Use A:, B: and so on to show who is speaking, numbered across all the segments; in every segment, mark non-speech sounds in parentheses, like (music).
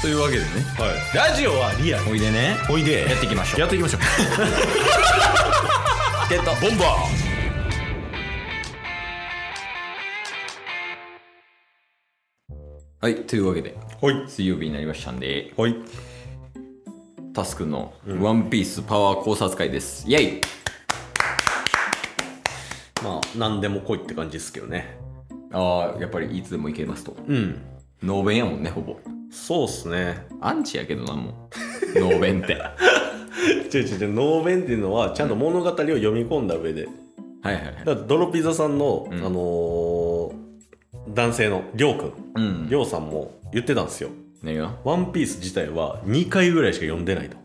A: というわけでね
B: はい、ラジオはリアル
A: おいでね
B: おいで
A: やっていきましょう
B: やっていきましょう
A: ってた
B: ボンバ
A: はいというわけで
B: ーはい
A: 水曜日になりましたんで
B: はい
A: タスクのワンピースパワー考察会です、イェイ
B: まあ何でも来いって感じですけどね
A: ああやっぱりいつでもいけますと
B: うん
A: ノーベンやもんねほぼ
B: そうっすね
A: アンチやけどなも (laughs) うノーベンってはい
B: 違う違う違う能弁っていうのはちゃんと物語を読み込んだ上で
A: はいはい
B: だからドロピザさんの、
A: うん
B: あのー男性のりょうくん
A: うん
B: りょうさんも言ってたんですよ
A: 何が
B: 「ワンピース自体は2回ぐらいしか読んでないと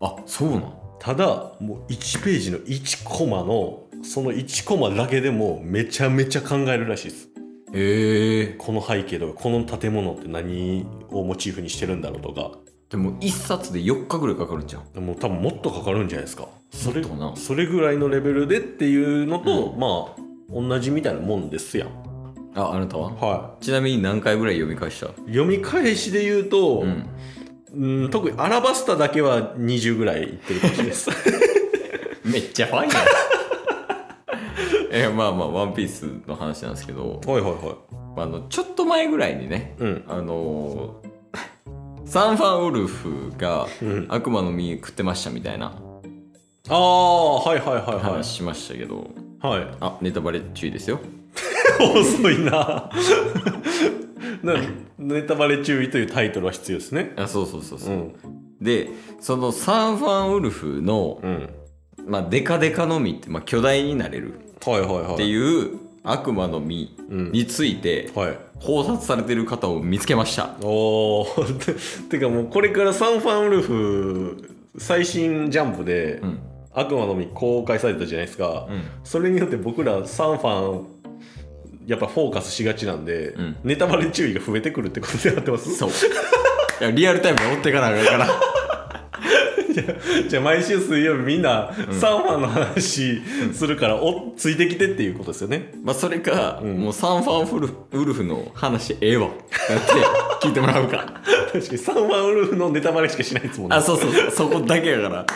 A: あそうなん
B: ただもう1ページの1コマのその1コマだけでもめちゃめちゃ考えるらしいです
A: へえ
B: この背景とかこの建物って何をモチーフにしてるんだろうとか
A: でも一冊で4日ぐらいかかるんじゃん
B: でも多分もっとかかるんじゃないですかそれ
A: もっとな
B: それぐらいのレベルでっていうのと、
A: う
B: まあ同じみたいなもんですやん
A: ああなたは
B: は
A: ちなみに何回ぐらい読み返した
B: い読み返しで言うと、
A: うん
B: うん特にアラバスタだけは20ぐらいいってる感じです (laughs)
A: めっちゃファンや (laughs) んいやまあまあ「ワンピースの話なんですけど
B: はいはいはい
A: あのちょっと前ぐらいにね
B: うん
A: あのー (laughs) サンファンウルフが
B: うん、
A: 悪魔の実食ってましたみたいな
B: ああはいはいはいはい
A: 話しましたけど、
B: はい
A: あネタバレ注意ですよ
B: 遅いな (laughs) なネタバレ注意というタイトルは必要ですね
A: あそうそうそうそうう、
B: ん
A: でそのサンファンウルフの、
B: うん
A: まあ、デカデカの実って、まあ、巨大になれる
B: はいはいはい
A: っていう悪魔の実
B: うん
A: について
B: はい
A: 考察されてる方を見つけました
B: おー (laughs) てかもうこれからサンファンウルフ最新ジャンプで、
A: うん
B: 悪魔の実公開されたじゃないですか、
A: うん
B: それによって僕らサンファンやっぱフォーカスしがちなんで、
A: ん
B: ネタバレ注意が増えてくるってことになってます
A: そういやリアルタイムで追っていかなあかんから
B: (laughs) じゃあ毎週水曜日みんなサンファンの話するからおついてきてっていうことですよね。 (laughs)
A: まあそれか、
B: ん
A: もうサンファンフルウルフの話ええわって聞いてもらうか
B: 確かにサンファンウルフのネタバレしかしないですもんね。
A: あそうそうそうそこだけやから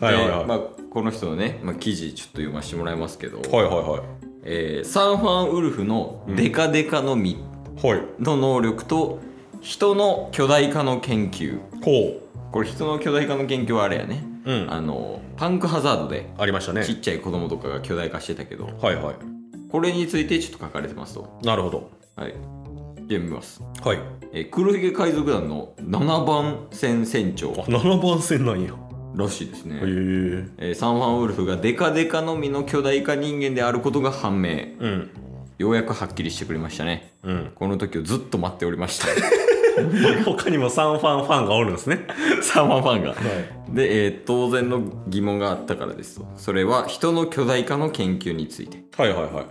B: はいはい
A: で
B: はい。
A: ま
B: は
A: あ、この人のね、まあ、記事ちょっと読ませてもらいますけど、
B: いは
A: えーサンファンウルフのデカデカの実
B: いはい。はい。
A: の能力と人の巨大化の研究
B: こ
A: これ人の巨大化の研究はあれやね、
B: う。うん。
A: あのパンクハザードで
B: ありましたね
A: ち。っちゃい子供とかが巨大化してたけど
B: はいはい。
A: これについてちょっと書かれてますと
B: なるほど。
A: はい読みます
B: はい。
A: えー黒ひげ海賊団の7番船船長
B: あ7番線なんや。
A: らしいです
B: へ
A: ね、
B: え。
A: えーサンファンウルフがデカデカの実の巨大化人間であることが判明
B: うん。
A: ようやくはっきりしてくれましたね
B: うん。
A: この時をずっと待っておりました
B: (laughs) 他にもサンファンファンがおるんですね。
A: (laughs) サンファンファンが
B: はい。
A: で、えー当然の疑問があったからですとそれは人の巨大化の研究について
B: はいはいはい。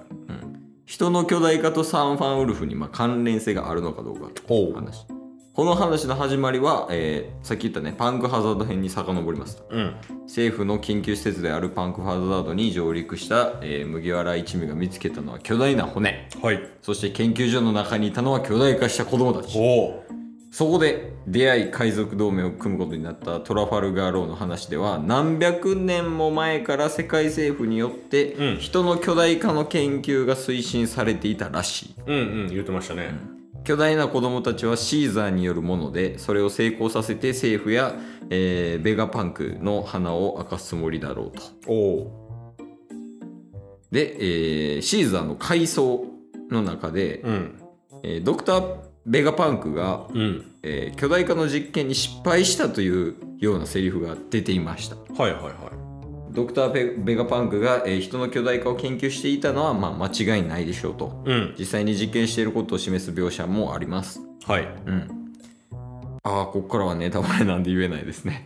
A: 人の巨大化とサンファンウルフにまあ関連性があるのかどうかと
B: お
A: いう話この話の始まりは、えーさっき言ったねパンクハザード編に遡りますと
B: うん。
A: 政府の緊急施設であるパンクハザードに上陸した、えー麦わら一味が見つけたのは巨大な骨
B: はい。
A: そして研究所の中にいたのは巨大化した子供たち
B: お
A: そこで出会い海賊同盟を組むことになったトラファルガー・ローの話では何百年も前から世界政府によって
B: うん
A: 人の巨大化の研究が推進されていたらしい
B: うんうん、言ってましたね。
A: 巨大な子供たちはシーザーによるものでそれを成功させて政府や、えーベガパンクの花を明かすつもりだろうと
B: おお。
A: で、えーシーザーの回想の中で、
B: うん。
A: えードクター・ベガパンクが、
B: うん。
A: えー巨大化の実験に失敗したというようなセリフが出ていました
B: はいはいは
A: ドクター・ベベガパンクが、えー人の巨大化を研究していたのは、まあ、間違いないでしょうと
B: い。うん。
A: 実際に実験していることを示す描写もあります
B: はい。
A: うんああこっからはネタバレなんで言えないですね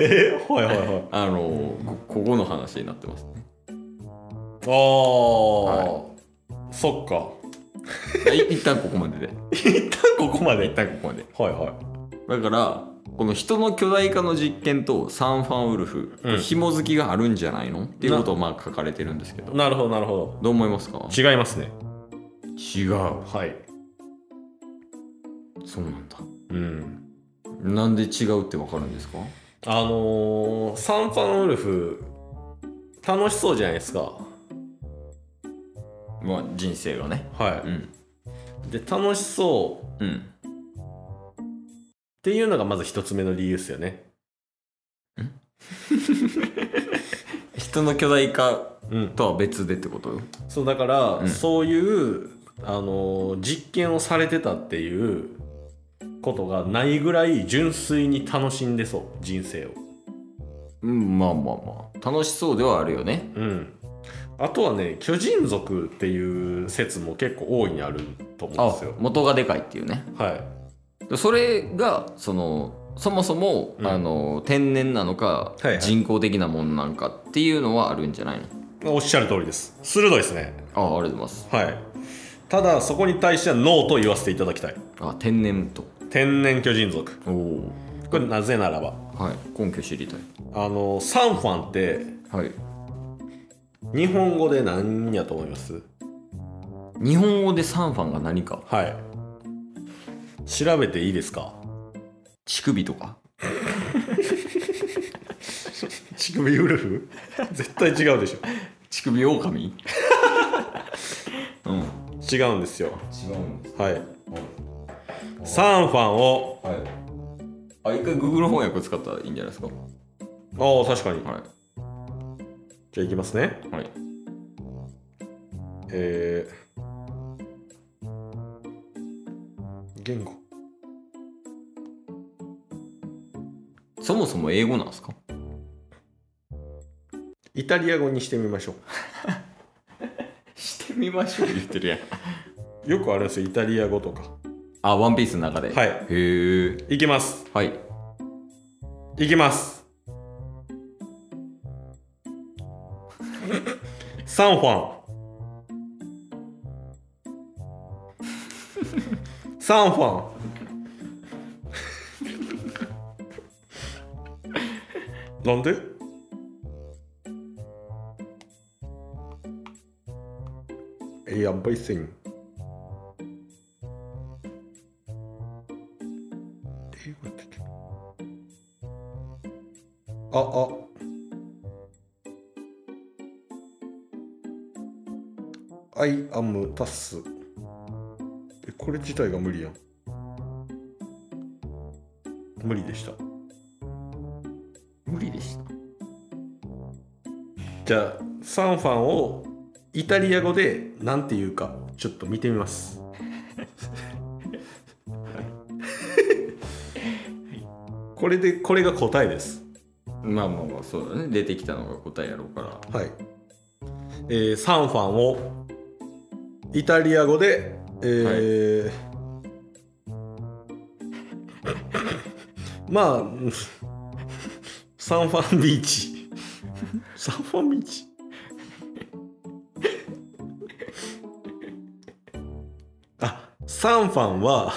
B: えはいはいはい。
A: あのーこここの話になってますね
B: ああ、そっか。
A: い (laughs) 一旦ここまでで
B: 一旦ここまで。
A: 一旦ここまで
B: はいはい。
A: だからこの人の巨大化の実験とサンファンウルフ、
B: うん
A: 紐づきがあるんじゃないのっていうことをまあ書かれてるんですけど
B: なるほどなるほ
A: どう思いますか
B: ど。違いますね。
A: 違う
B: はい。
A: そうなんだ
B: ううん、
A: なんで違うってわかるんですか
B: あのーサンパンウルフ楽しそうじゃないですか
A: まあ人生がね
B: は
A: うん
B: いで楽しそうっ
A: うん
B: ていうのがまず一つ目の理由ですよね
A: 人の巨大化
B: うん
A: とは別でってことよ
B: そうだから、
A: うん
B: そういうあのー実験をされてたっていうことがないぐらい純粋に楽しんでそう人生を
A: うんまあまあまあ楽しそうではあるよね
B: うんあとはね巨人族っていう説も結構大いにあると思うん
A: あ
B: ですよ
A: 元がでかいっていうね
B: はい
A: それがそのそもそも、
B: うん
A: あの天然なのか、
B: はいはい
A: 人工的なもんなんかっていうのはあるんじゃないの
B: おっしゃる通りです鋭いですね
A: あありがとうございます
B: はいただそこに対してはノーと言わせていただきたい
A: あ天然と
B: 天然巨人族
A: おお
B: これなぜならば
A: はい根拠知りたい
B: あのサンファンって
A: はい
B: 日本語で何やと思います
A: 日本語でサンファンが何か
B: はい調べていいですか
A: 乳首とか
B: 乳首ウルフ絶対違うでし
A: 乳首 (laughs) 狼うん違
B: ょ違うんですよ
A: うんです
B: はいサンファンを
A: はいあ一回 Google 翻訳使ったらいいんじゃないですか
B: ああ確かに
A: は
B: じゃあいきますね
A: いはい
B: えー、言語
A: そもそも英語なんですか
B: イタリア語にしてみましょ
A: してみましょう言ってるやん
B: うよくあるんですよイタリア語とか
A: (laughs) あワンピースの中で
B: はい
A: へえ
B: いきます
A: はい
B: いきますサンファンサンファンなんでえやばいせん英語やってけああアイアムタスえこれ自体が無理やん無理でした
A: 無理でした
B: じゃあサンファンをイタリア語でなんて言うかちょっと見てみますこれでこれが答えです
A: まあまあまあそうだね出てきたのが答えやろうから
B: はい、えーサンファンをイタリア語で、えーまあうんサンファンビーチサンファンビーチあサンファンは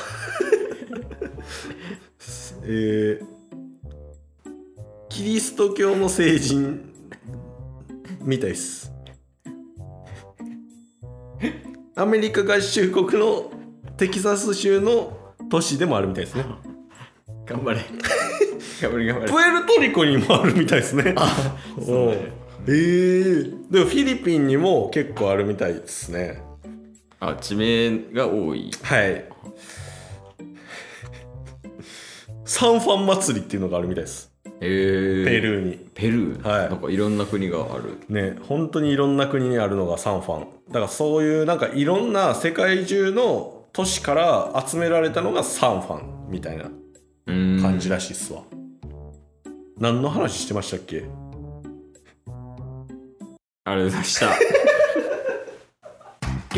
B: えーキリスト教の聖人みたいですアメリカ合衆国のテキサス州の都市でもあるみたいですね
A: 頑 (laughs) 張れ頑張れ頑張
B: プ
A: れ
B: エルトリコにもあるみたいですね
A: そう
B: お
A: ね
B: うええでもフィリピンにも結構あるみたいですね
A: あ地名が多い
B: はいサンファン祭りっていうのがあるみたいです
A: へえ
B: ペルーに
A: ペルー、
B: はい
A: なんかいろんな国がある
B: ね本当にいろんな国にあるのがサンファンだからそういうなんかいろんな世界中の都市から集められたのがサンファンみたいな
A: うーん
B: 感じらしいっすわ、何の話してましたっ
A: あり
B: け
A: がとうございました (laughs)